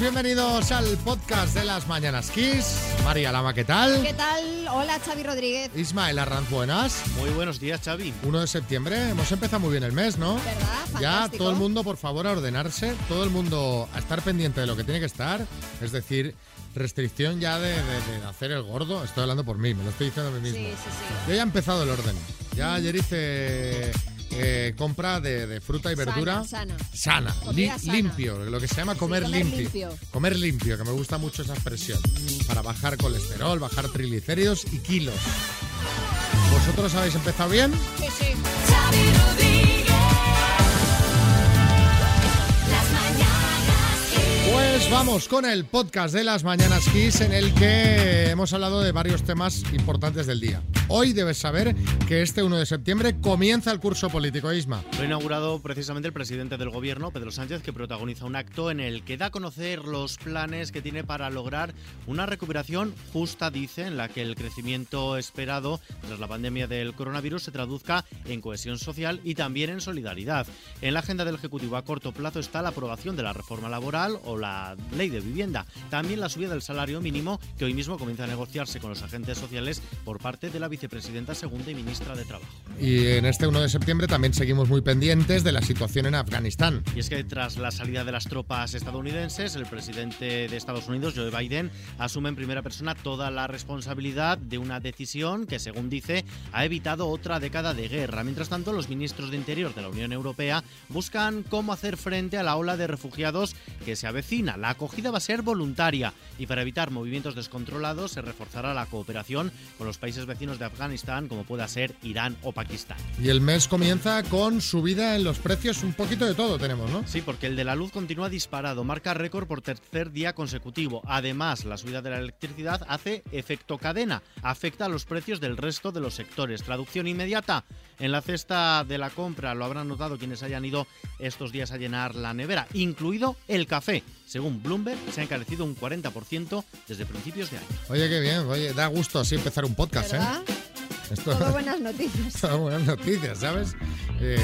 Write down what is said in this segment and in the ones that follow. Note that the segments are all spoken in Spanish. bienvenidos al podcast de las Mañanas Kiss. María Lama, ¿qué tal? ¿Qué tal? Hola, Xavi Rodríguez. Ismael Arranz, buenas. Muy buenos días, Xavi. 1 de septiembre, hemos empezado muy bien el mes, ¿no? ¿Verdad? Ya, Fantástico. todo el mundo, por favor, a ordenarse, todo el mundo a estar pendiente de lo que tiene que estar, es decir, restricción ya de, de- de hacer el gordo, estoy hablando por mí, me lo estoy diciendo a mí mismo. Sí, sí, sí. Yo ya he empezado el orden, Mm. ya ayer hice eh, compra de, de fruta y Sana, verdura sana. sana, Comida li- sana. limpio, lo que se llama comer, comer limpio. limpio. Mm. Comer limpio, que me gusta mucho esa expresión, para bajar colesterol, bajar triglicéridos y kilos. ¿Vosotros habéis empezado bien? Sí, sí. Xavi Rodríguez. Las mañanas Kiss. Pues vamos con el podcast de las Mañanas Kiss en el que hemos hablado de varios temas importantes del día. Hoy debes saber que este 1 de septiembre comienza el curso político, Isma. Lo ha inaugurado precisamente el presidente del gobierno, Pedro Sánchez, que protagoniza un acto en el que da a conocer los planes que tiene para lograr una recuperación justa, dice, en la que el crecimiento esperado tras la pandemia del coronavirus se traduzca en cohesión social y también en solidaridad. En la agenda del Ejecutivo a corto plazo está la aprobación de la reforma laboral o la ley de vivienda. También la subida del salario mínimo, que hoy mismo comienza a negociarse con los agentes sociales por parte de la vicepresidenta segunda y ministra de Trabajo. Y en este 1 de septiembre también seguimos muy pendientes de la situación en Afganistán. Y es que tras la salida de las tropas estadounidenses, el presidente de Estados Unidos, Joe Biden, asume en primera persona toda la responsabilidad de una decisión que, según dice, ha evitado otra década de guerra. Mientras tanto, los ministros de Interior de la Unión Europea buscan cómo hacer frente a la ola de refugiados que se avecina. La acogida va a ser voluntaria y para evitar movimientos descontrolados se reforzará la cooperación con los países vecinos de Afganistán, como pueda ser Irán o Pakistán. Y el mes comienza con subida en los precios, un poquito de todo tenemos, ¿no? Sí, porque el de la luz continúa disparado, marca récord por tercer día consecutivo. Además, la subida de la electricidad hace efecto cadena, afecta a los precios del resto de los sectores. Traducción inmediata, en la cesta de la compra lo habrán notado quienes hayan ido estos días a llenar la nevera, incluido el café. Según Bloomberg, se ha encarecido un 40% desde principios de año. Oye, qué bien, oye, da gusto así empezar un podcast, ¿eh? ¿Verdad? Esto Todo buenas noticias. son buenas noticias, ¿sabes? Eh,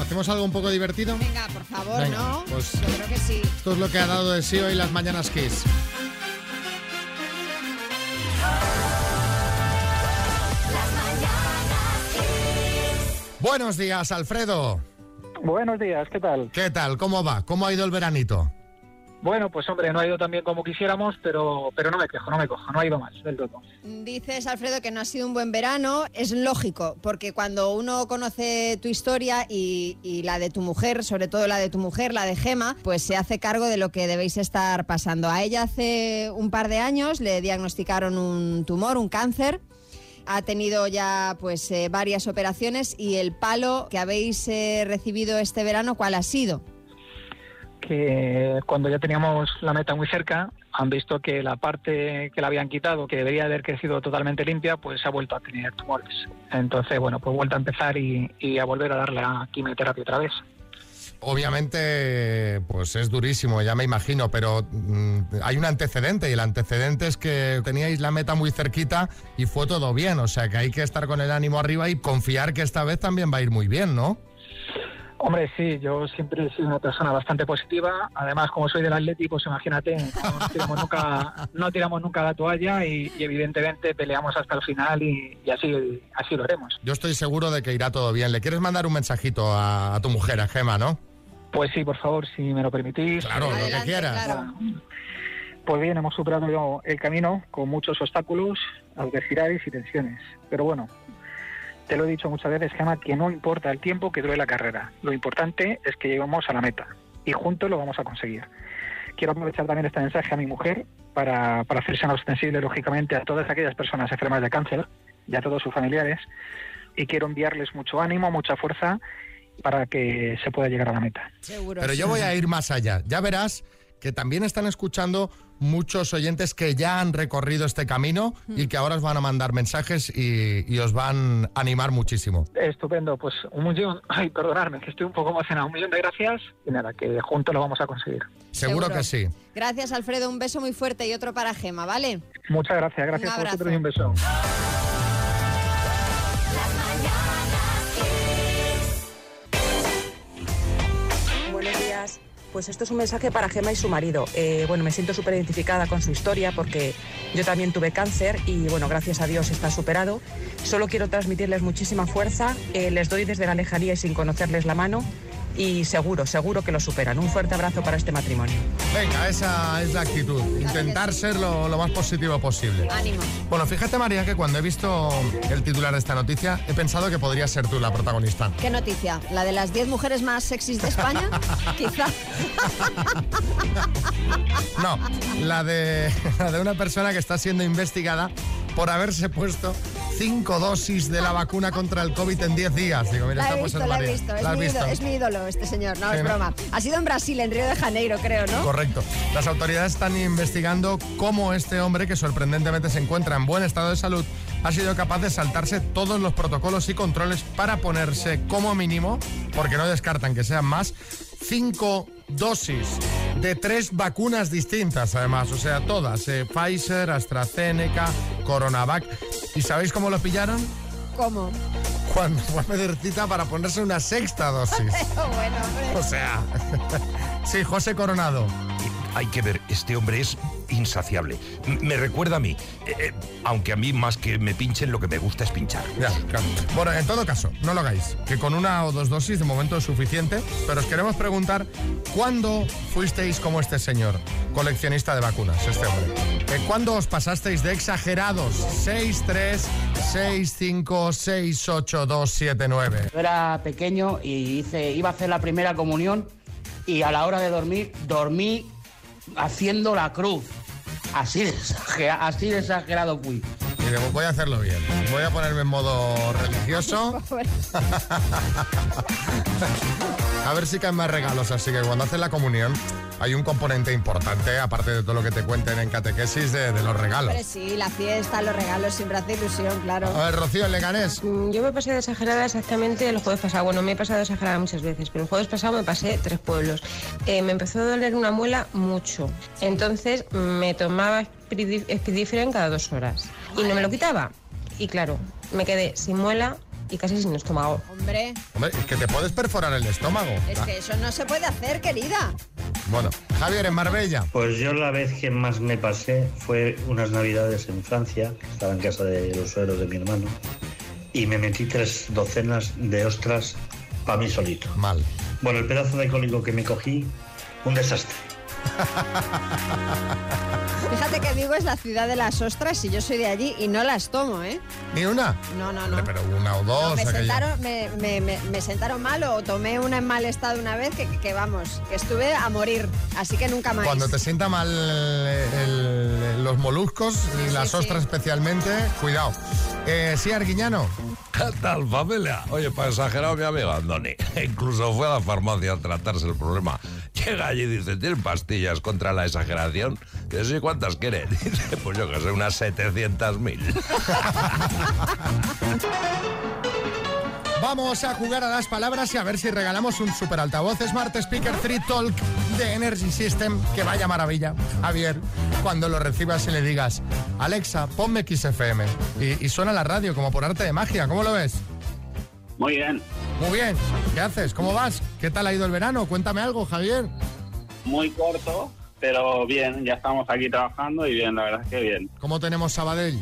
¿Hacemos algo un poco divertido? Venga, por favor, Venga, ¿no? pues- Yo creo que sí. Esto es lo que ha dado de sí hoy las mañanas Kiss. Las mañanas Kiss. Buenos días, Alfredo. Buenos días, ¿qué tal? ¿Qué tal? ¿Cómo va? ¿Cómo ha ido el veranito? Bueno, pues hombre, no ha ido tan bien como quisiéramos, pero, pero no me quejo, no me cojo, no ha ido mal del todo. Dices, Alfredo, que no ha sido un buen verano. Es lógico, porque cuando uno conoce tu historia y, y la de tu mujer, sobre todo la de tu mujer, la de Gema, pues se hace cargo de lo que debéis estar pasando. A ella hace un par de años le diagnosticaron un tumor, un cáncer. Ha tenido ya pues eh, varias operaciones y el palo que habéis eh, recibido este verano, ¿cuál ha sido? Que cuando ya teníamos la meta muy cerca, han visto que la parte que la habían quitado, que debería haber crecido totalmente limpia, pues ha vuelto a tener tumores. Entonces, bueno, pues vuelta a empezar y, y a volver a dar la quimioterapia otra vez. Obviamente, pues es durísimo, ya me imagino, pero mm, hay un antecedente y el antecedente es que teníais la meta muy cerquita y fue todo bien, o sea que hay que estar con el ánimo arriba y confiar que esta vez también va a ir muy bien, ¿no? Hombre, sí, yo siempre he sido una persona bastante positiva. Además, como soy del Atlético, pues imagínate, no tiramos nunca, no tiramos nunca la toalla y, y evidentemente peleamos hasta el final y, y así, así lo haremos. Yo estoy seguro de que irá todo bien. ¿Le quieres mandar un mensajito a, a tu mujer, a Gema, no? Pues sí, por favor, si me lo permitís. Claro, lo que Adelante, quieras. claro. Pues bien, hemos superado el camino con muchos obstáculos, adversidades y tensiones. Pero bueno, te lo he dicho muchas veces, Gemma, que no importa el tiempo que dure la carrera. Lo importante es que lleguemos a la meta y juntos lo vamos a conseguir. Quiero aprovechar también este mensaje a mi mujer para, para hacerse más extensible, lógicamente, a todas aquellas personas enfermas de cáncer y a todos sus familiares. Y quiero enviarles mucho ánimo, mucha fuerza para que se pueda llegar a la meta. Seguro. Pero yo voy a ir más allá. Ya verás que también están escuchando muchos oyentes que ya han recorrido este camino y que ahora os van a mandar mensajes y, y os van a animar muchísimo. Estupendo, pues un millón, ay, perdonadme, que estoy un poco emocionado, un millón de gracias y nada, que juntos lo vamos a conseguir. Seguro, Seguro. que sí. Gracias, Alfredo. Un beso muy fuerte y otro para Gema, ¿vale? Muchas gracias, gracias Un por abrazo. vosotros y un beso. Las mañanas Kiss. Buenos días. Pues esto es un mensaje para Gema y su marido. Eh, bueno, me siento súper identificada con su historia porque yo también tuve cáncer y bueno, gracias a Dios está superado. Solo quiero transmitirles muchísima fuerza, eh, les doy desde la lejanía y sin conocerles la mano y seguro, seguro que lo superan. Un fuerte abrazo para este matrimonio. Venga, esa es la actitud. Intentar ser lo, lo más positivo posible. Ánimo. Bueno, fíjate María que cuando he visto el titular de esta noticia he pensado que podría ser tú la protagonista. ¿Qué noticia? ¿La de las 10 mujeres más sexys de España? Quizá. No, la de, la de una persona que está siendo investigada por haberse puesto cinco dosis de la vacuna contra el COVID en 10 días. Digo, mira, La esta he puede visto, ser la he María. visto. ¿La Es has mi, ídolo, visto? es mi ídolo este señor, no, es Sí, ¿no? broma. Ha sido en Brasil, en Río de Janeiro, creo, ¿no? Correcto. Las autoridades están investigando cómo este hombre, que sorprendentemente se encuentra en buen estado de salud, ha sido capaz de saltarse todos los protocolos y controles para ponerse como mínimo, porque no descartan que sean más, cinco dosis de tres vacunas distintas, además, o sea, todas, eh, Pfizer, AstraZeneca, Coronavac. ¿Y sabéis cómo lo pillaron? ¿Cómo? Cuando fue a pedir cita para ponerse una sexta dosis. Pero Oh, bueno, O hombre. sea, sí, José Coronado. Hay que ver, este hombre es insaciable. M- Me recuerda a mí, eh, eh, aunque a mí más que me pinchen lo que me gusta es pinchar. Ya, claro. Bueno, en todo caso, no lo hagáis, que con una o dos dosis de momento es suficiente, pero os queremos preguntar, ¿cuándo fuisteis como este señor, coleccionista de vacunas, este hombre? Eh, ¿Cuándo os pasasteis de exagerados? 636568279. Yo era pequeño y hice, iba a hacer la primera comunión y a la hora de dormir, dormí haciendo la cruz. Así de exagera- así de exagerado fui. Y digo, voy a hacerlo bien, voy a ponerme en modo religioso, a ver si caen más regalos, así que cuando haces la comunión hay un componente importante, aparte de todo lo que te cuenten en catequesis, de, de los regalos. Hombre, sí, la fiesta, los regalos, siempre hace ilusión, claro. A ver, Rocío, el Leganés. Mm, Yo me pasé de exagerada exactamente el jueves pasado. Bueno, me he pasado de exagerada muchas veces, pero el jueves pasado me pasé tres pueblos. Eh, me empezó a doler una muela mucho. Entonces me tomaba Spiridi- Spiridifen cada dos horas. Y no me lo quitaba. Y claro, me quedé sin muela y casi sin estómago. Hombre, Hombre, es que te puedes perforar el estómago. Ah, es que eso no se puede hacer, querida. Bueno, Javier, en Marbella. Pues yo la vez que más me pasé fue unas navidades en Francia, que estaba en casa de los suegros de mi hermano, y me metí tres docenas de ostras para mí solito. Mal. Bueno, el pedazo de cólico que me cogí, un desastre. Fíjate que Vigo es la ciudad de las ostras y yo soy de allí y no las tomo, ¿eh? ¿Ni una? No, no, Hombre, no. pero una o No, dos. me, aquello. sentaron, me, me- me- me sentaron mal o tomé una en mal estado una vez que, que vamos, que estuve a morir, así que nunca más. Cuando te sienta mal eh, el- el- los moluscos y Sí, las sí. ostras especialmente, cuidado. Eh, sí, Arguiñano. ¿Qué tal, familia? Oye, para exagerado, mi amigo Andoni. Incluso fue a la farmacia a tratarse el problema. Llega allí y dice, ¿tienen pastillas contra la exageración? Dice, sí, ¿cuántas quiere? Dice, pues yo que sé, unas 700.000. Vamos a jugar a las palabras y a ver si regalamos un super altavoz Smart Speaker 3 Talk de Energy System que vaya maravilla. Javier, cuando lo recibas y le digas, Alexa, ponme XFM. Y, y suena la radio como por arte de magia. ¿Cómo lo ves? Muy bien, Muy bien, ¿qué haces? ¿Cómo vas? ¿Qué tal ha ido el verano? Cuéntame algo, Javier. muy corto, pero bien, ya estamos aquí trabajando y bien, la verdad es que bien. ¿Cómo tenemos Sabadell?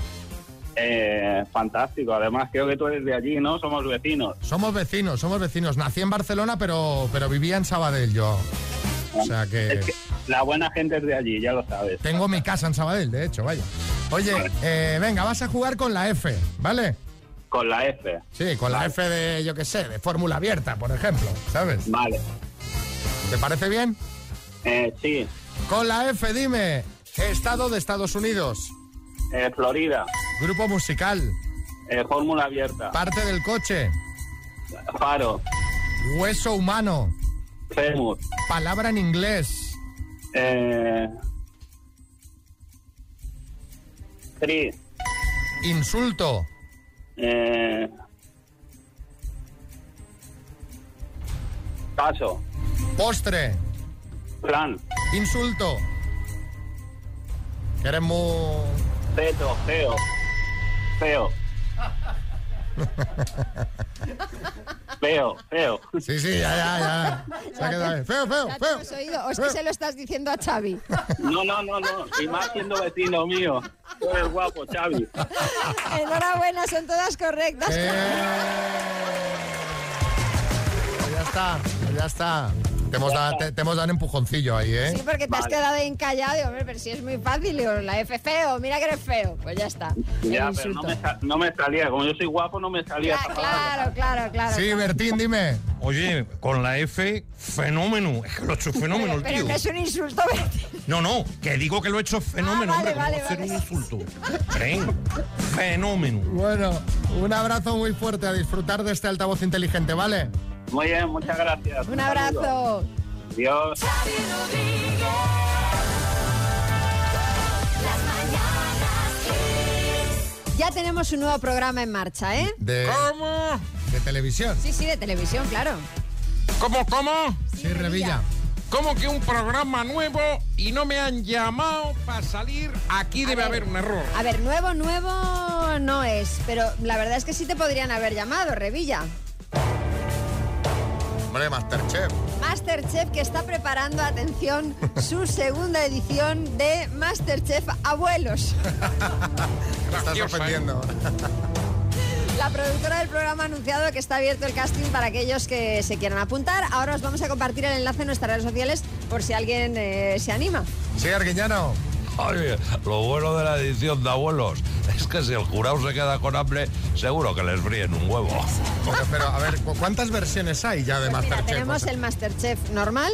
Eh, fantástico, además creo que tú eres de allí, ¿no? Somos vecinos. Somos vecinos, somos vecinos. Nací en Barcelona, pero, pero vivía en Sabadell yo. O sea que Es que la buena gente es de allí, ya lo sabes. Eh. tengo mi casa en Sabadell, de hecho, vaya. Oye, eh, venga, vas a jugar con la F, ¿vale? Con la F. Sí, con la F de, yo qué sé, de fórmula abierta, por ejemplo, ¿sabes? Vale. ¿Te parece bien? Eh, sí, Con la F, dime. Estado de Estados Unidos. eh, Florida, Grupo musical. eh, fórmula abierta, Parte del coche. faro, Hueso humano. fémur, Palabra en inglés. eh, tri, Insulto. eh, paso, Postre. plan, Insulto. Queremos... Teto, feo. Feo. Feo, feo. Sí, sí, ya, ya, ya. Se ha quedado ahí. Feo, feo, Ya te feo. hemos oído. O es que se lo estás diciendo a Xavi. No, no, no, no. Y más siendo vecino mío. Tú eres guapo, Xavi. Enhorabuena, son todas correctas. Eh, Pues ya está, pues ya está. Te hemos, dado, te, te hemos dado un empujoncillo ahí, ¿eh? Sí, porque te has quedado ahí encallado. Digo, hombre, pero si es muy fácil. Digo, la F feo, mira que eres feo. Pues ya está. Ya, El pero no insulto. me, sa- no me salía. Como yo soy guapo, no me salía. Cla- Claro, claro, claro. Sí, claro. Bertín, dime. Oye, con la F, fenómeno. Es que lo he hecho fenómeno, el Pero tío. no es un insulto, Bertín. No, no, que digo que lo he hecho fenómeno. Ah, hombre, vale, ¿cómo vale, hacer un insulto. Tren, fenómeno. Bueno, un abrazo muy fuerte a disfrutar de este altavoz inteligente, ¿vale? Muy bien, muchas gracias. Un saludo. abrazo. Adiós. Xavi Rodríguez. Las mañanas Kiss. Ya tenemos un nuevo programa en marcha, ¿eh? De, de televisión. Sí, sí, de televisión, claro. ¿Cómo, cómo? Sí, Revilla. ¿Cómo que un programa nuevo y no me han llamado para salir? Aquí debe haber un error. A ver, nuevo, nuevo no es, pero la verdad es que sí te podrían haber llamado, Revilla. Hombre, Masterchef. Masterchef que está preparando, atención, su segunda edición de Masterchef Abuelos. Me estás Graciosa, sorprendiendo. La productora del programa ha anunciado que está abierto el casting para aquellos que se quieran apuntar. Ahora os vamos a compartir el enlace en nuestras redes sociales por si alguien eh, se anima. Sí, Arguiñano. Oye, lo bueno de la edición de abuelos es que si el jurado se queda con hambre, seguro que les fríen un huevo. Porque, pero, a ver, ¿cu- ¿cuántas versiones hay ya de Pues mira, Masterchef? O tenemos sea, el Masterchef normal,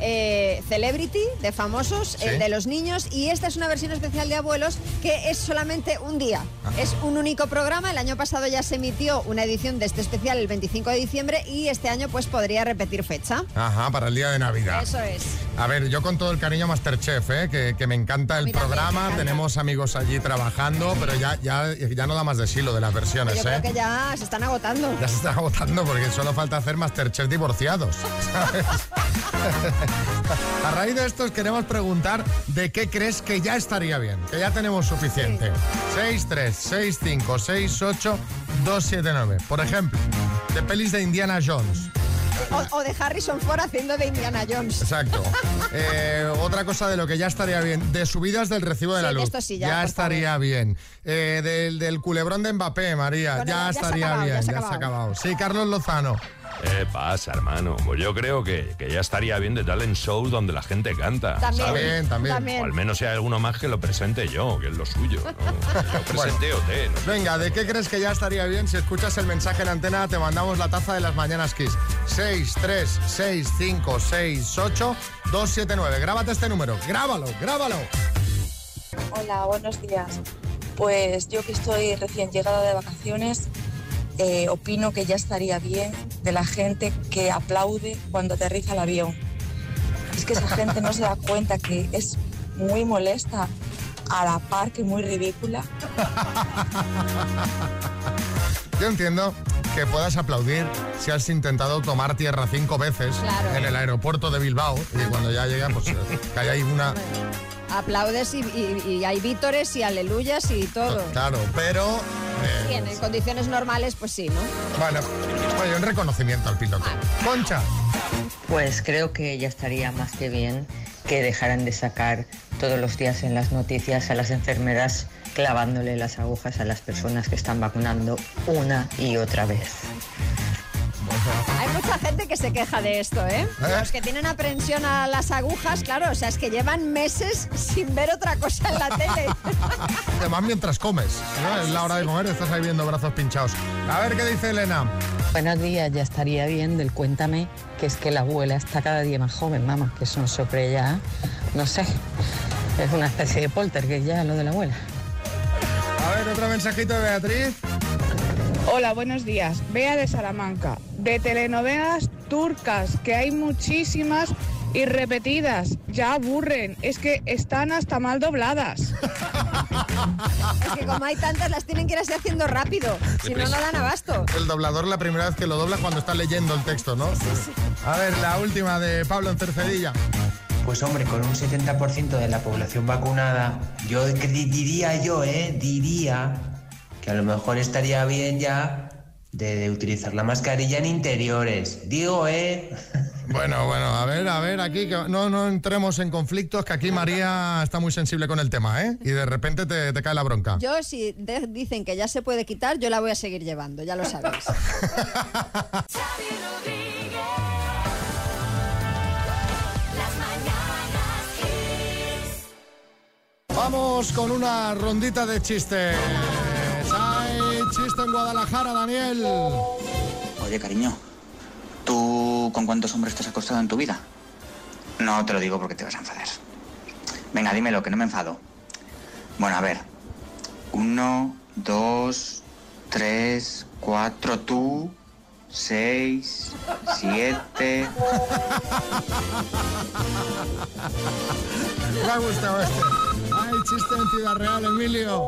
eh, Celebrity de famosos, el de los niños y esta es una versión especial de abuelos que es solamente un día. Es un único programa. El año pasado ya se emitió una edición de este especial el 25 de diciembre y este año pues podría repetir fecha. Ajá, para el día de Navidad. Eso es. A ver, yo con todo el cariño a Masterchef, ¿eh? que, que me encanta el mí también, programa, me encanta. tenemos amigos allí trabajando, pero ya, ya, ya no da más de sí lo de las versiones, Yo ¿eh? creo que ya se están agotando. Ya se está agotando porque solo falta hacer Masterchef divorciados, ¿sabes? A raíz de esto os queremos preguntar de qué crees que ya estaría bien, que ya tenemos suficiente. 6, 3, 6, 5, 6, 8, 2, 7, 9. Por ejemplo, de pelis de Indiana Jones. O, o de Harrison Ford haciendo de Indiana Jones. Exacto. Eh, otra cosa de lo que ya estaría bien, de subidas del recibo de Sí, la de luz. esto sí, ya, por estaría bien. Eh, del, del culebrón de Mbappé, María, Bueno, ya, ya se ha estaría acabado, ya bien, se ha ya se ha acabado. acabado. Sí, Carlos Lozano. ¿Qué pasa, hermano? Pues yo creo que, que ya estaría bien de talent shows donde la gente canta. También. ¿sabes? También, Ah, también. O al menos sea alguno más que lo presente yo, que es lo suyo. ¿no? Yo presenté OT, ¿no? Venga, ¿de qué crees que ya estaría bien? Si escuchas el mensaje en antena, te mandamos la taza de las mañanas Kiss. 6, 3, 6, 5, 6, 8, 2, 7, 9. Grábate este número. Grábalo, grábalo. Hola, buenos días. Pues yo que estoy recién llegada de vacaciones, eh, opino que ya estaría bien de la gente que aplaude cuando aterriza el avión. Es que esa gente no se da cuenta que es muy molesta, a la par que muy ridícula. Yo entiendo que puedas aplaudir si has intentado tomar tierra cinco veces Claro. en el aeropuerto de Bilbao y cuando ya llega, pues eh, que haya ahí una... Aplaudes y, y- y hay vítores y aleluyas y todo. Claro, pero... eh, Bien, en condiciones normales, pues sí, ¿no? bueno, oye, un reconocimiento al piloto. Concha. Pues creo que ya estaría más que bien que dejaran de sacar todos los días en las noticias a las enfermeras clavándole las agujas a las personas que están vacunando una y otra vez. Hay mucha gente que se queja de esto, ¿eh? ¿Eh? Los que tienen aprensión a las agujas, claro, o sea, es que llevan meses sin ver otra cosa en la tele. Además, mientras comes, ¿no? es la hora de comer, estás ahí viendo brazos pinchados. A ver qué dice Elena. Buenos días, ya estaría bien del cuéntame que es que la abuela está cada día más joven, mamá, que eso no sorprende ya, no sé, es una especie de poltergeist ya lo de la abuela. A ver, otro mensajito de Beatriz. Hola, buenos días. Bea de Salamanca. De telenovelas turcas, que hay muchísimas y repetidas. Ya aburren. Es que están hasta mal dobladas. Es que como hay tantas, las tienen que ir así haciendo rápido, si no, no dan abasto. El doblador la primera vez que lo dobla cuando está leyendo el texto, ¿no? A ver, la última de Pablo en Cercedilla. Pues hombre, con un 70% de la población vacunada, yo di- diría yo, ¿eh? Diría que a lo mejor estaría bien ya de, de utilizar la mascarilla en interiores. Digo, ¿eh? Bueno, bueno, a ver, a ver, aquí que no, no entremos en conflictos, que aquí María está muy sensible con el tema, ¿eh? Y de repente te, te cae la bronca. Yo, si de- dicen que ya se puede quitar, yo la voy a seguir llevando, ya lo sabéis. Vamos con una rondita de chistes. Hay chiste en Guadalajara, Daniel. Oye, cariño, ¿tú con cuántos hombres te has acostado en tu vida? No te lo digo porque te vas a enfadar. Venga, dímelo, que no me enfado. Bueno, a ver. Uno, dos, tres, cuatro, tú, seis, siete. Me ha gustado este. Hay chiste en Ciudad Real, Emilio.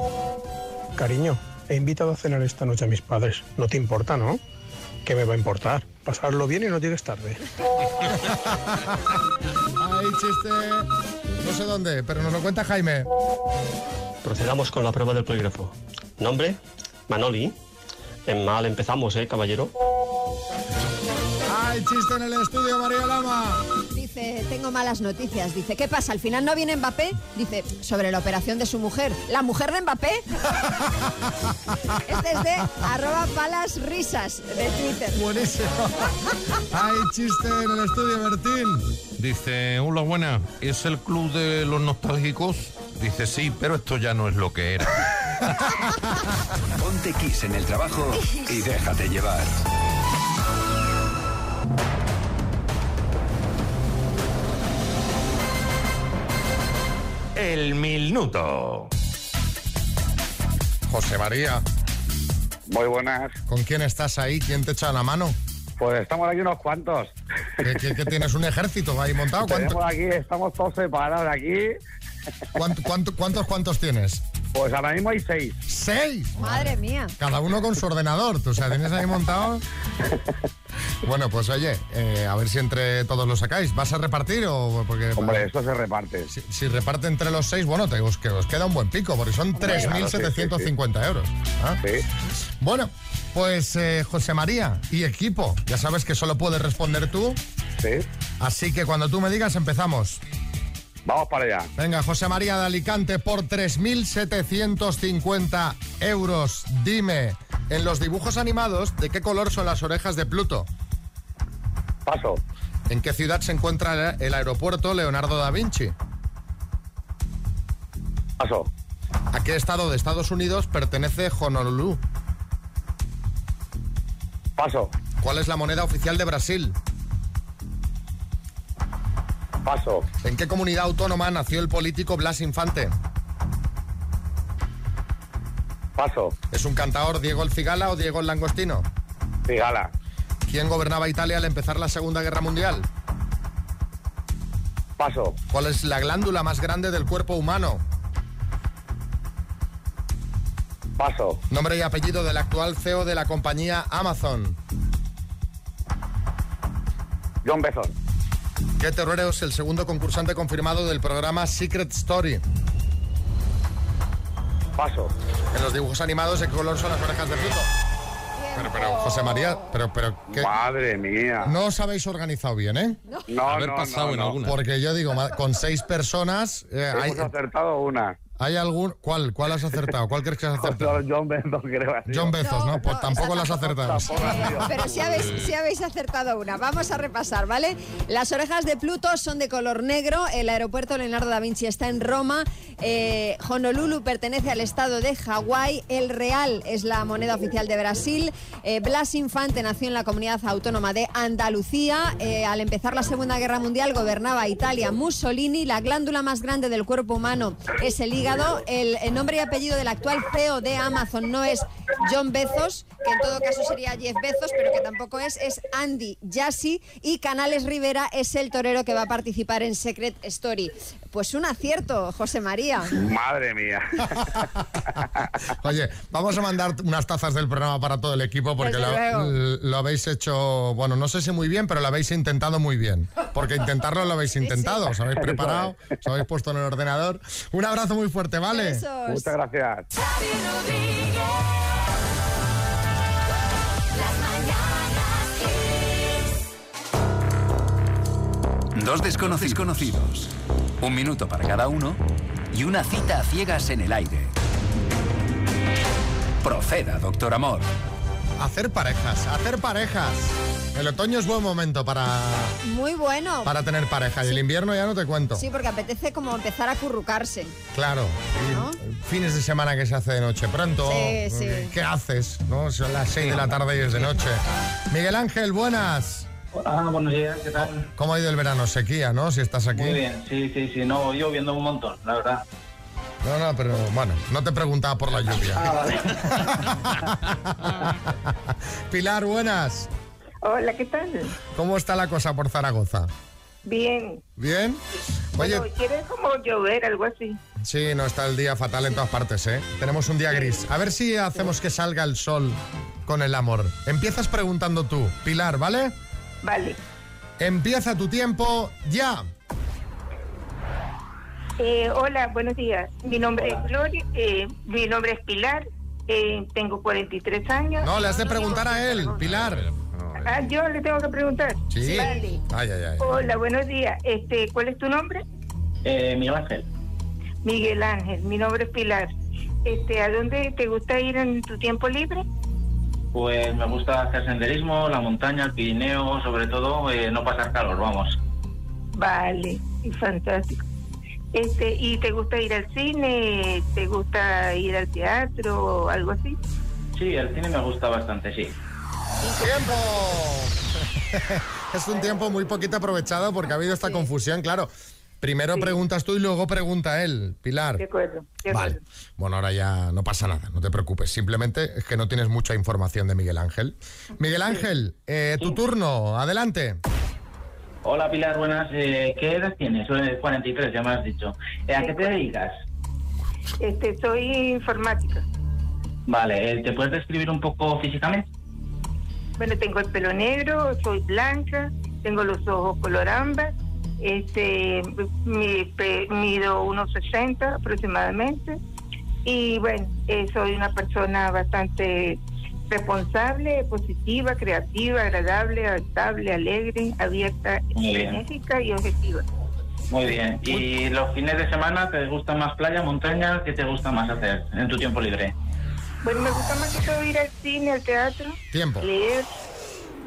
Cariño, he invitado a cenar esta noche a mis padres. No te importa, ¿no? ¿Qué me va a importar? Pasarlo bien y no llegues tarde. Hay chiste. No sé dónde, pero nos lo cuenta Jaime. Procedamos con la prueba del polígrafo. Nombre, Manoli. En mal empezamos, ¿eh, caballero? Hay chiste en el estudio, María Lama. Dice, tengo malas noticias. Dice, ¿qué pasa? ¿Al final no viene Mbappé? Dice, sobre la operación de su mujer. ¿La mujer de Mbappé? este es de arroba palas risas de Twitter. Buenísimo. Hay chiste en el estudio, Bertín. Dice, hola buena, ¿es el club de los nostálgicos? Dice, sí, pero esto ya no es lo que era. Ponte Kiss en el trabajo y déjate llevar. El minuto. José María. Muy buenas. ¿Con quién estás ahí? ¿Quién te echa la mano? Pues estamos aquí unos cuantos. ¿Qué, qué- qué tienes un ejército ahí montado? ¿Cuánto- Tenemos aquí, estamos todos separados aquí. cuánto- cuánto- cuántos cuántos tienes? Pues ahora mismo hay seis. ¿Seis? Madre mía. Cada uno con su ordenador, tú, o sea, tienes ahí montado. Bueno, pues oye, eh, a ver si entre todos lo sacáis. ¿Vas a repartir o...? Porque, Hombre, esto se reparte. Si, si reparte entre los seis, bueno, te, os, que os queda un buen pico, porque son Hombre, claro, sí, 3.750 euros. ¿ah? Bueno, pues eh, José María y equipo, ya sabes que solo puedes responder tú. Sí. Así que cuando tú me digas, empezamos. Vamos para allá. Venga, José María de Alicante, por 3.750 euros, dime, en los dibujos animados, ¿de qué color son las orejas de Pluto? Paso. ¿En qué ciudad se encuentra el aeropuerto Leonardo da Vinci? Paso. ¿A qué estado de Estados Unidos pertenece Honolulu? Paso. ¿Cuál es la moneda oficial de Brasil? Paso. ¿En qué comunidad autónoma nació el político Blas Infante? Paso. ¿Es un cantador Diego el Cigala o Diego el Langostino? Cigala. ¿Quién gobernaba Italia al empezar la Segunda Guerra Mundial? Paso. ¿Cuál es la glándula más grande del cuerpo humano? Paso. Nombre y apellido del actual CEO de la compañía Amazon. John Bezos. ¿Qué terrorero es el segundo concursante confirmado del programa Secret Story? Paso. En los dibujos animados, ¿de qué color son las orejas de Pluto? Pero, pero, José María, pero, pero, ¿qué? Madre mía. No os habéis organizado bien, ¿eh? No, Haber no, pasado no, en no. alguna. Porque yo digo, ma- con seis personas... eh, hay, Hemos acertado una. ¿Hay algún...? ¿Cuál? ¿Cuál has acertado? ¿Cuál crees que has acertado? John Bezos, creo. ha sido. John Bezos, ¿no? Pues tampoco las has acertado. Pero si habéis, si habéis acertado una, vamos a repasar, ¿vale? Las orejas de Pluto son de color negro, el aeropuerto Leonardo da Vinci está en Roma, eh, Honolulu pertenece al estado de Hawái, el real es la moneda oficial de Brasil, eh, Blas Infante nació en la comunidad autónoma de Andalucía, eh, al empezar la Segunda Guerra Mundial gobernaba Italia Mussolini, la glándula más grande del cuerpo humano es el hígado, el, el nombre y apellido del actual CEO de Amazon no es John Bezos, que en todo caso sería Jeff Bezos, pero que tampoco es, es Andy Jassy y Canales Rivera es el torero que va a participar en Secret Story. Pues un acierto, José María. Madre mía. Oye, vamos a mandar unas tazas del programa para todo el equipo porque Desde lo, luego. lo habéis hecho, bueno, no sé si muy bien, pero lo habéis intentado muy bien. Porque intentarlo lo habéis intentado, os habéis Eso preparado, os habéis puesto en el ordenador. Un abrazo muy fuerte, ¿vale? Muchas gracias. Las Dos desconocidos conocidos. Un minuto para cada uno y una cita a ciegas en el aire. Proceda, doctor amor. Hacer parejas, hacer parejas. El otoño es buen momento para, Muy bueno. para tener pareja y el invierno ya no te cuento. Sí, porque apetece como empezar a currucarse. Claro. y, eh, Fines de semana que se hace de noche pronto. Sí, sí. eh, ¿Qué haces? ¿No? Son las 6 de la tarde y es de noche. Miguel Ángel, buenas. Hola, Ah, buenos días, ¿qué tal? ¿Cómo ha ido el verano? Sequía, ¿no? Si estás aquí. Muy bien, sí, sí, sí, no, lloviendo un montón, la verdad. No, no, pero bueno, no te preguntaba por Ah, la lluvia. Pilar, buenas. Hola, ¿qué tal? ¿Cómo está la cosa por Zaragoza? Bien. ¿Bien? Oye, Bueno, quiere como llover, algo así. sí, no está el día fatal en todas partes, ¿eh? Tenemos un día gris. A ver si hacemos que salga el sol con el amor. Empiezas preguntando tú, Pilar, ¿vale? Vale. Empieza tu tiempo ya. Eh, hola, buenos días. Mi nombre es Gloria, eh, mi nombre es Pilar, eh, tengo 43 años. No, le has de preguntar a él, Pilar. Ah, yo le tengo que preguntar. Sí. Vale. Ay, ay, ay. Hola, buenos días. Este, ¿cuál es tu nombre? Eh, Miguel Ángel, Miguel Ángel. Mi nombre es Pilar. Este, ¿a dónde te gusta ir en tu tiempo libre? pues me gusta hacer senderismo, la montaña, el Pirineo, sobre todo, eh, no pasar calor, vamos. Vale, y fantástico. Este, ¿y te gusta ir al cine? ¿Te gusta ir al teatro o algo así? Sí, el cine me gusta bastante, sí. ¡Tiempo! es un tiempo muy poquito aprovechado porque ha habido esta confusión, claro. Primero preguntas tú y luego pregunta él, Pilar. De acuerdo, de acuerdo. Vale. Bueno, ahora ya no pasa nada, no te preocupes. Simplemente es que no tienes mucha información de Miguel Ángel. Miguel Ángel, eh, tu turno, adelante. Hola Pilar, buenas. Eh, ¿Qué edad tienes? Eh, 43, ya me has dicho. Eh, ¿A qué te dedicas? Este, soy informática. Vale, eh, ¿te puedes describir un poco físicamente? Bueno, tengo el pelo negro, soy blanca, tengo los ojos color ámbar, este, mi, pe- mido 1,60 aproximadamente y bueno, eh, soy una persona bastante responsable, positiva, creativa, agradable, adaptable, alegre, abierta, Muy bien. benéfica y objetiva. Muy bien. ¿Y los fines de semana te gusta más playa, montaña? ¿Qué te gusta más hacer en tu tiempo libre? Bueno, me gusta más que todo ir al cine, al teatro, Tiempo. leer.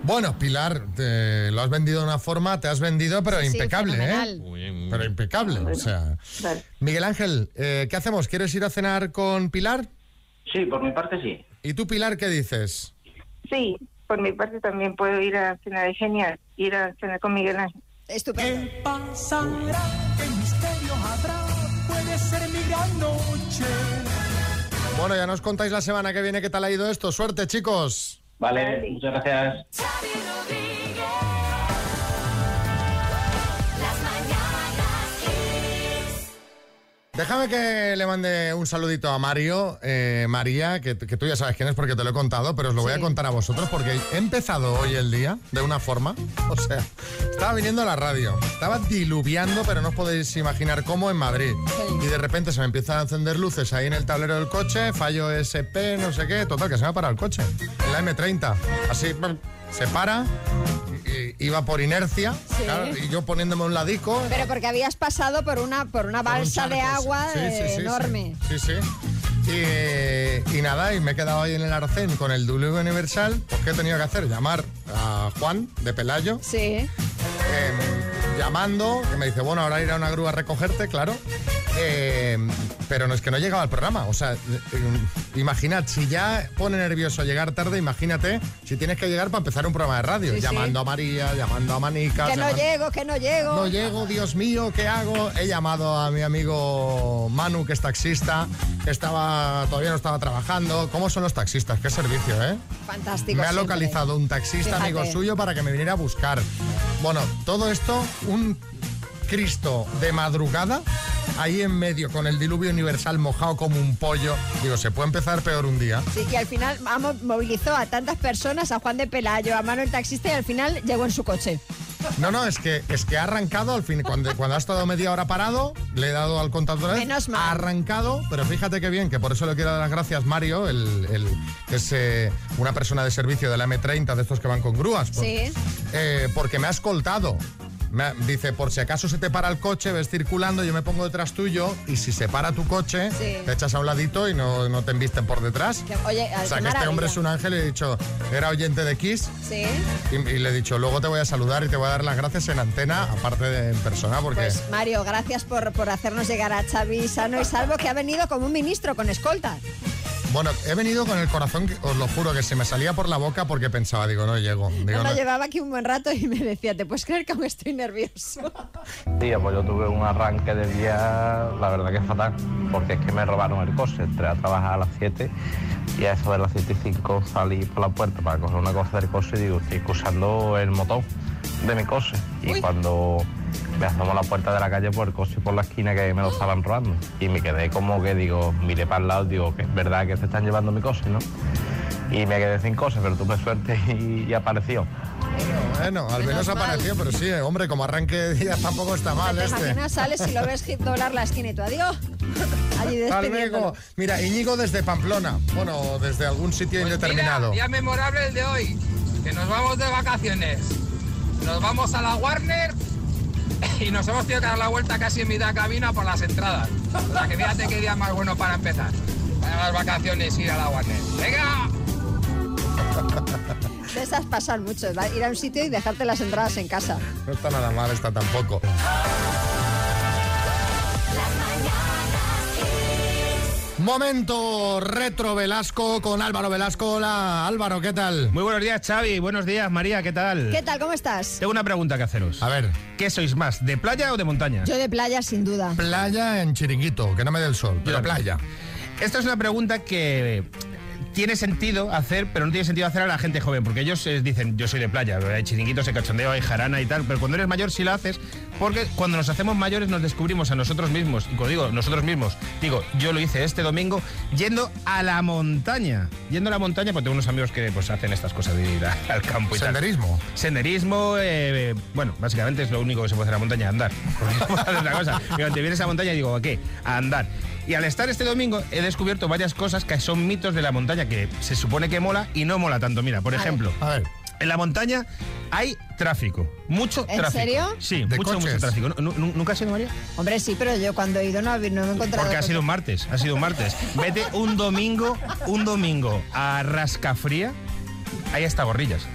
Bueno, Pilar, te- lo has vendido de una forma, te has vendido, pero Sí, sí, impecable, fenomenal. ¿eh? Pero impecable, o sea. Vale. Miguel Ángel, eh, ¿qué hacemos? ¿Quieres ir a cenar con Pilar? Sí, por mi parte sí. ¿Y tú, Pilar, qué dices? Sí, por mi parte también puedo ir a cenar, es genial, ir a cenar con Miguel Ángel. Estupendo. ¿Qué misterio habrá? Puede ser mi gran noche. Bueno, ya nos contáis la semana que viene qué tal ha ido esto. Suerte, chicos. Vale, muchas gracias. Déjame que le mande un saludito a Mario, eh, María, que, que tú ya sabes quién es porque te lo he contado, pero os lo voy a contar a vosotros porque he empezado hoy el día de una forma. O sea, estaba viniendo a la radio, estaba diluviando, pero no os podéis imaginar cómo en Madrid. Y de repente se me empiezan a encender luces ahí en el tablero del coche, fallo SP, no sé qué, total, que se me ha parado el coche. En la M30, así, pam, se para, y- y- iba por inercia, Sí. claro, y yo poniéndome a un ladico. Pero porque habías pasado por una, por una balsa de agua Sí, sí, eh, sí, sí. enorme. Sí, sí. Y, eh, y nada, y me he quedado ahí en el arcén con el W Universal. Pues, ¿qué he tenido que hacer? Llamar a Juan de Pelayo. em, Sí. llamando, que me dice, bueno, ahora irá una grúa a recogerte, claro. Eh, pero no es que no llegaba al programa. O sea, eh, eh, imaginad, si ya pone nervioso llegar tarde, imagínate si tienes que llegar para empezar un programa de radio. Sí, sí. llamando a María, llamando a Manica. Que no llamando- llego, que no llego. no llego, Dios mío, ¿qué hago? He llamado a mi amigo Manu, que es taxista, que estaba, todavía no estaba trabajando. ¿Cómo son los taxistas? Qué servicio, ¿eh? Fantástico. me ha siempre. localizado un taxista Fíjate. amigo suyo para que me viniera a buscar. Bueno, todo esto, un Cristo de madrugada, ahí en medio, con el diluvio universal mojado como un pollo. Digo, ¿se puede empezar peor un día? Sí, y al final vamos, movilizó a tantas personas, a Juan de Pelayo, a Manuel Taxista, y al final llegó en su coche. No, no, es que, es que ha arrancado al fin. Cuando, cuando ha estado media hora parado, le he dado al contador. Ha arrancado, pero fíjate qué bien, que por eso le quiero dar las gracias, Mario, el, el- que es eh, una persona de servicio de la M30, de estos que van con grúas. Sí. pues, eh, porque me ha escoltado. Me ha- dice, por si acaso se te para el coche, ves circulando, yo me pongo detrás tuyo y si se para tu coche, Sí. te echas a un ladito y no, no te embisten por detrás. Que- Oye, O sea, qué que este maravilla. hombre es un ángel y he dicho, era oyente de Kiss Sí. y, y le he dicho, luego te voy a saludar y te voy a dar las gracias en antena, aparte de en persona, porque... Pues Mario, gracias por, por hacernos llegar a Xavi sano y salvo que ha venido como un ministro con escolta. Bueno, he venido con el corazón, que- os lo juro, que se me salía por la boca porque pensaba, digo, no llego. Digo, Yo no- llevaba aquí un buen rato y me decía, ¿te puedes creer que aún estoy nervioso? Tío, pues yo tuve un arranque de día, la verdad que fatal, porque es que me robaron el coche. Entré a trabajar a las 7 y a eso de las 7 y 5 salí por la puerta para coger una cosa del coche y digo, estoy cruzando el motor de mi coche. Y cuando me asomo a la puerta de la calle por el coche por la esquina que me lo estaban robando. Y me quedé como que digo, miré para el lado, digo, que es verdad que se están llevando mi coche, ¿no? Y me quedé sin coche, pero tuve suerte y- y apareció. Bueno, al menos apareció, pero sí, eh, hombre, como arranque de día tampoco está mal Te este. imaginas, sales y lo ves doblar la esquina y tú, adiós. Allí Hasta despidiéndolo. luego. Mira, Íñigo desde Pamplona, bueno, desde algún sitio Pues indeterminado. Día memorable el de hoy, que nos vamos de vacaciones. Nos vamos a la Warner y nos hemos tenido que dar la vuelta casi en mitad cabina por las entradas. O sea que fíjate qué día más bueno para empezar. Para las vacaciones ir a la Warner. ¡Venga! De esas pasan mucho, ¿va? ir a un sitio y dejarte las entradas en casa. No está nada mal esta tampoco. Momento retro Velasco con Álvaro Velasco. Hola, Álvaro, ¿qué tal? Muy buenos días, Xavi. Buenos días, María. ¿Qué tal? ¿Qué tal? ¿Cómo estás? Tengo una pregunta que haceros. A ver. ¿Qué sois más, de playa o de montaña? Yo de playa, sin duda. Playa en Chiringuito, que no me dé el sol, pero playa. Esta es una pregunta que tiene sentido hacer, pero no tiene sentido hacer a la gente joven, porque ellos eh, dicen, yo soy de playa, hay chiringuitos, hay cachondeo, hay jarana y tal, pero cuando eres mayor sí la haces, porque cuando nos hacemos mayores nos descubrimos a nosotros mismos, y cuando digo nosotros mismos, digo, yo lo hice este domingo yendo a la montaña, yendo a la montaña, porque tengo unos amigos que pues hacen estas cosas de ir a- al campo y tal. Senderismo. Senderismo, eh, bueno, básicamente es lo único que se puede hacer en la montaña, andar. Porque es la cosa. Mira, te vienes a la montaña y digo, ¿a qué? A andar. Y al estar este domingo he descubierto varias cosas que son mitos de la montaña que se supone que mola y no mola tanto. Mira, por A ver. ejemplo, a ver. en la montaña hay tráfico, mucho ¿En tráfico. serio? Sí, ¿De mucho, mucho coches? tráfico. ¿Nu- nu- ¿Nunca has sido María? Hombre, sí, pero yo cuando he ido no, hab- no me he encontrado. Porque ha con- sido un martes, ha sido un martes. Vete un domingo, un domingo a Rascafría. Ahí hasta gorrillas.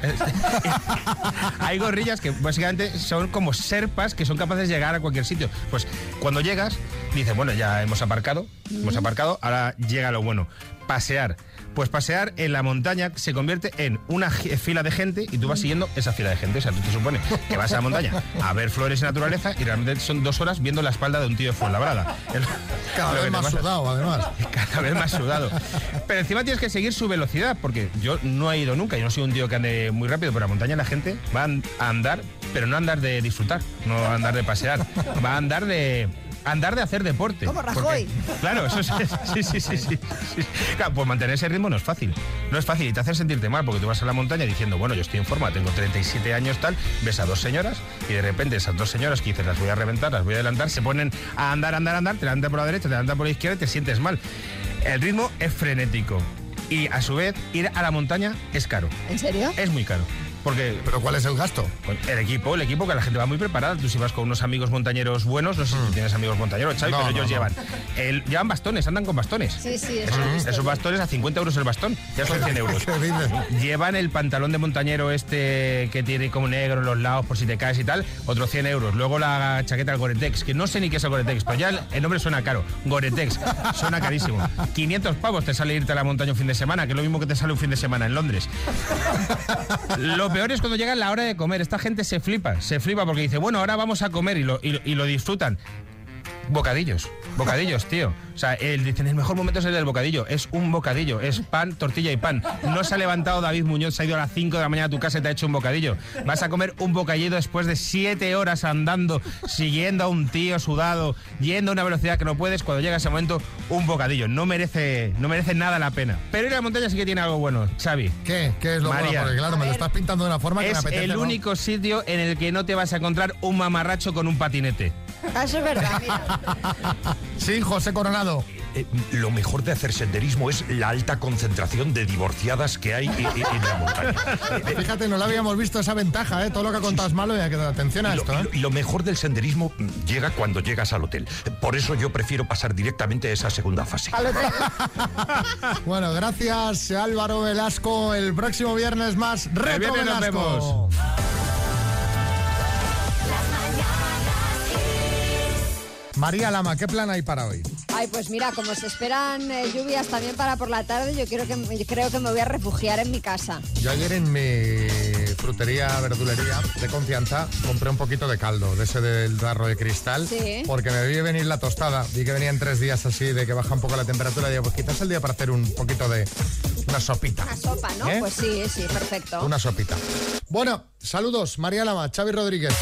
Hay gorrillas que básicamente son como serpas que son capaces de llegar a cualquier sitio. Pues cuando llegas, dices, bueno, ya hemos aparcado, hemos aparcado, ahora llega lo bueno, pasear. Pues pasear en la montaña se convierte en una gi- fila de gente y tú vas siguiendo esa fila de gente. O sea, tú te supone que vas a la montaña a ver flores y naturaleza y realmente son dos horas viendo la espalda de un tío de Fuenlabrada. El- Cada lo que vez te más pasa- sudado, además. cada vez más sudado. Pero encima tienes que seguir su velocidad, porque yo no he ido nunca, yo no soy un tío que ande muy rápido, pero a la montaña la gente va a an- a andar, pero no a andar de disfrutar, no a andar de pasear, va a andar de... a Andar de hacer deporte. Como Porque- Rajoy. claro, eso es, sí, sí, sí, sí, sí. Claro, pues mantener ese ritmo no es fácil. No es fácil y te hace sentirte mal porque tú vas a la montaña diciendo, bueno, yo estoy en forma, tengo 37 años tal, ves a dos señoras y de repente esas dos señoras que dices, las voy a reventar, las voy a adelantar, se ponen a andar, andar, andar, te levantan por la derecha, te levantan por la izquierda y te sientes mal. El ritmo es frenético y a su vez ir a la montaña es caro. ¿En serio? Es muy caro. Porque, ¿Pero cuál es el gasto? El equipo, el equipo que la gente va muy preparada. Tú si vas con unos amigos montañeros buenos, no sé si tienes amigos montañeros, Xavi, No, pero no, ellos no. llevan el- llevan bastones, andan con bastones. Sí, sí, eso Esos, he visto. esos bastones a 50 euros el bastón, ya son 100 euros. Llevan el pantalón de montañero este que tiene como negro en los lados por si te caes y tal, otros 100 euros. Luego la chaqueta del Gore-Tex, que no sé ni qué es el Gore-Tex, pero ya el, el nombre suena caro. Gore-Tex, suena carísimo. 500 pavos te sale irte a la montaña un fin de semana, que es lo mismo que te sale un fin de semana en Londres. Lo peor es cuando llega la hora de comer. Esta gente se flipa, se flipa porque dice, bueno, ahora vamos a comer y lo, y lo- y lo disfrutan. Bocadillos, bocadillos, tío. O sea, él dice, el mejor momento es el del bocadillo. Es un bocadillo, es pan, tortilla y pan. No se ha levantado David Muñoz, se ha ido a las 5 de la mañana a tu casa y te ha hecho un bocadillo. Vas a comer un bocadillo después de 7 horas andando, siguiendo a un tío sudado, yendo a una velocidad que no puedes. Cuando llega ese momento, un bocadillo. No merece, no merece nada la pena. Pero ir a la montaña sí que tiene algo bueno, Xavi. ¿Qué? ¿Qué es lo bueno? María. Porque claro, me lo estás pintando de una forma que me Es apetece. el ¿no? único sitio en el que no te vas a encontrar un mamarracho con un patinete. Eso es verdad, mira. Sí, José Coronado. eh, lo mejor de hacer senderismo es la alta concentración de divorciadas que hay eh, eh, en la montaña. Fíjate, no la habíamos visto esa ventaja, ¿eh? Todo lo que contás malo y hay que dar atención a Lo- esto, ¿eh? lo, lo mejor del senderismo mm, llega cuando llegas al hotel. Por eso yo prefiero pasar directamente a esa segunda fase. Bueno, gracias Álvaro Velasco. El próximo viernes más Retro El viernes nos Velasco. vemos. María Lama, ¿qué plan hay para hoy? Ay, pues mira, como se esperan eh, lluvias también para por la tarde, yo creo que, yo creo que me voy a refugiar en mi casa. Yo ayer en mi frutería, verdulería de confianza, compré un poquito de caldo, de ese del darro de cristal, Sí. porque me vi venir la tostada. Vi que venían tres días así, de que baja un poco la temperatura, y digo, pues quizás el día para hacer un poquito de una sopita. Una sopa, ¿no? ¿Eh? Pues sí, sí, perfecto. Una sopita. Bueno, saludos, María Lama, Xavi Rodríguez.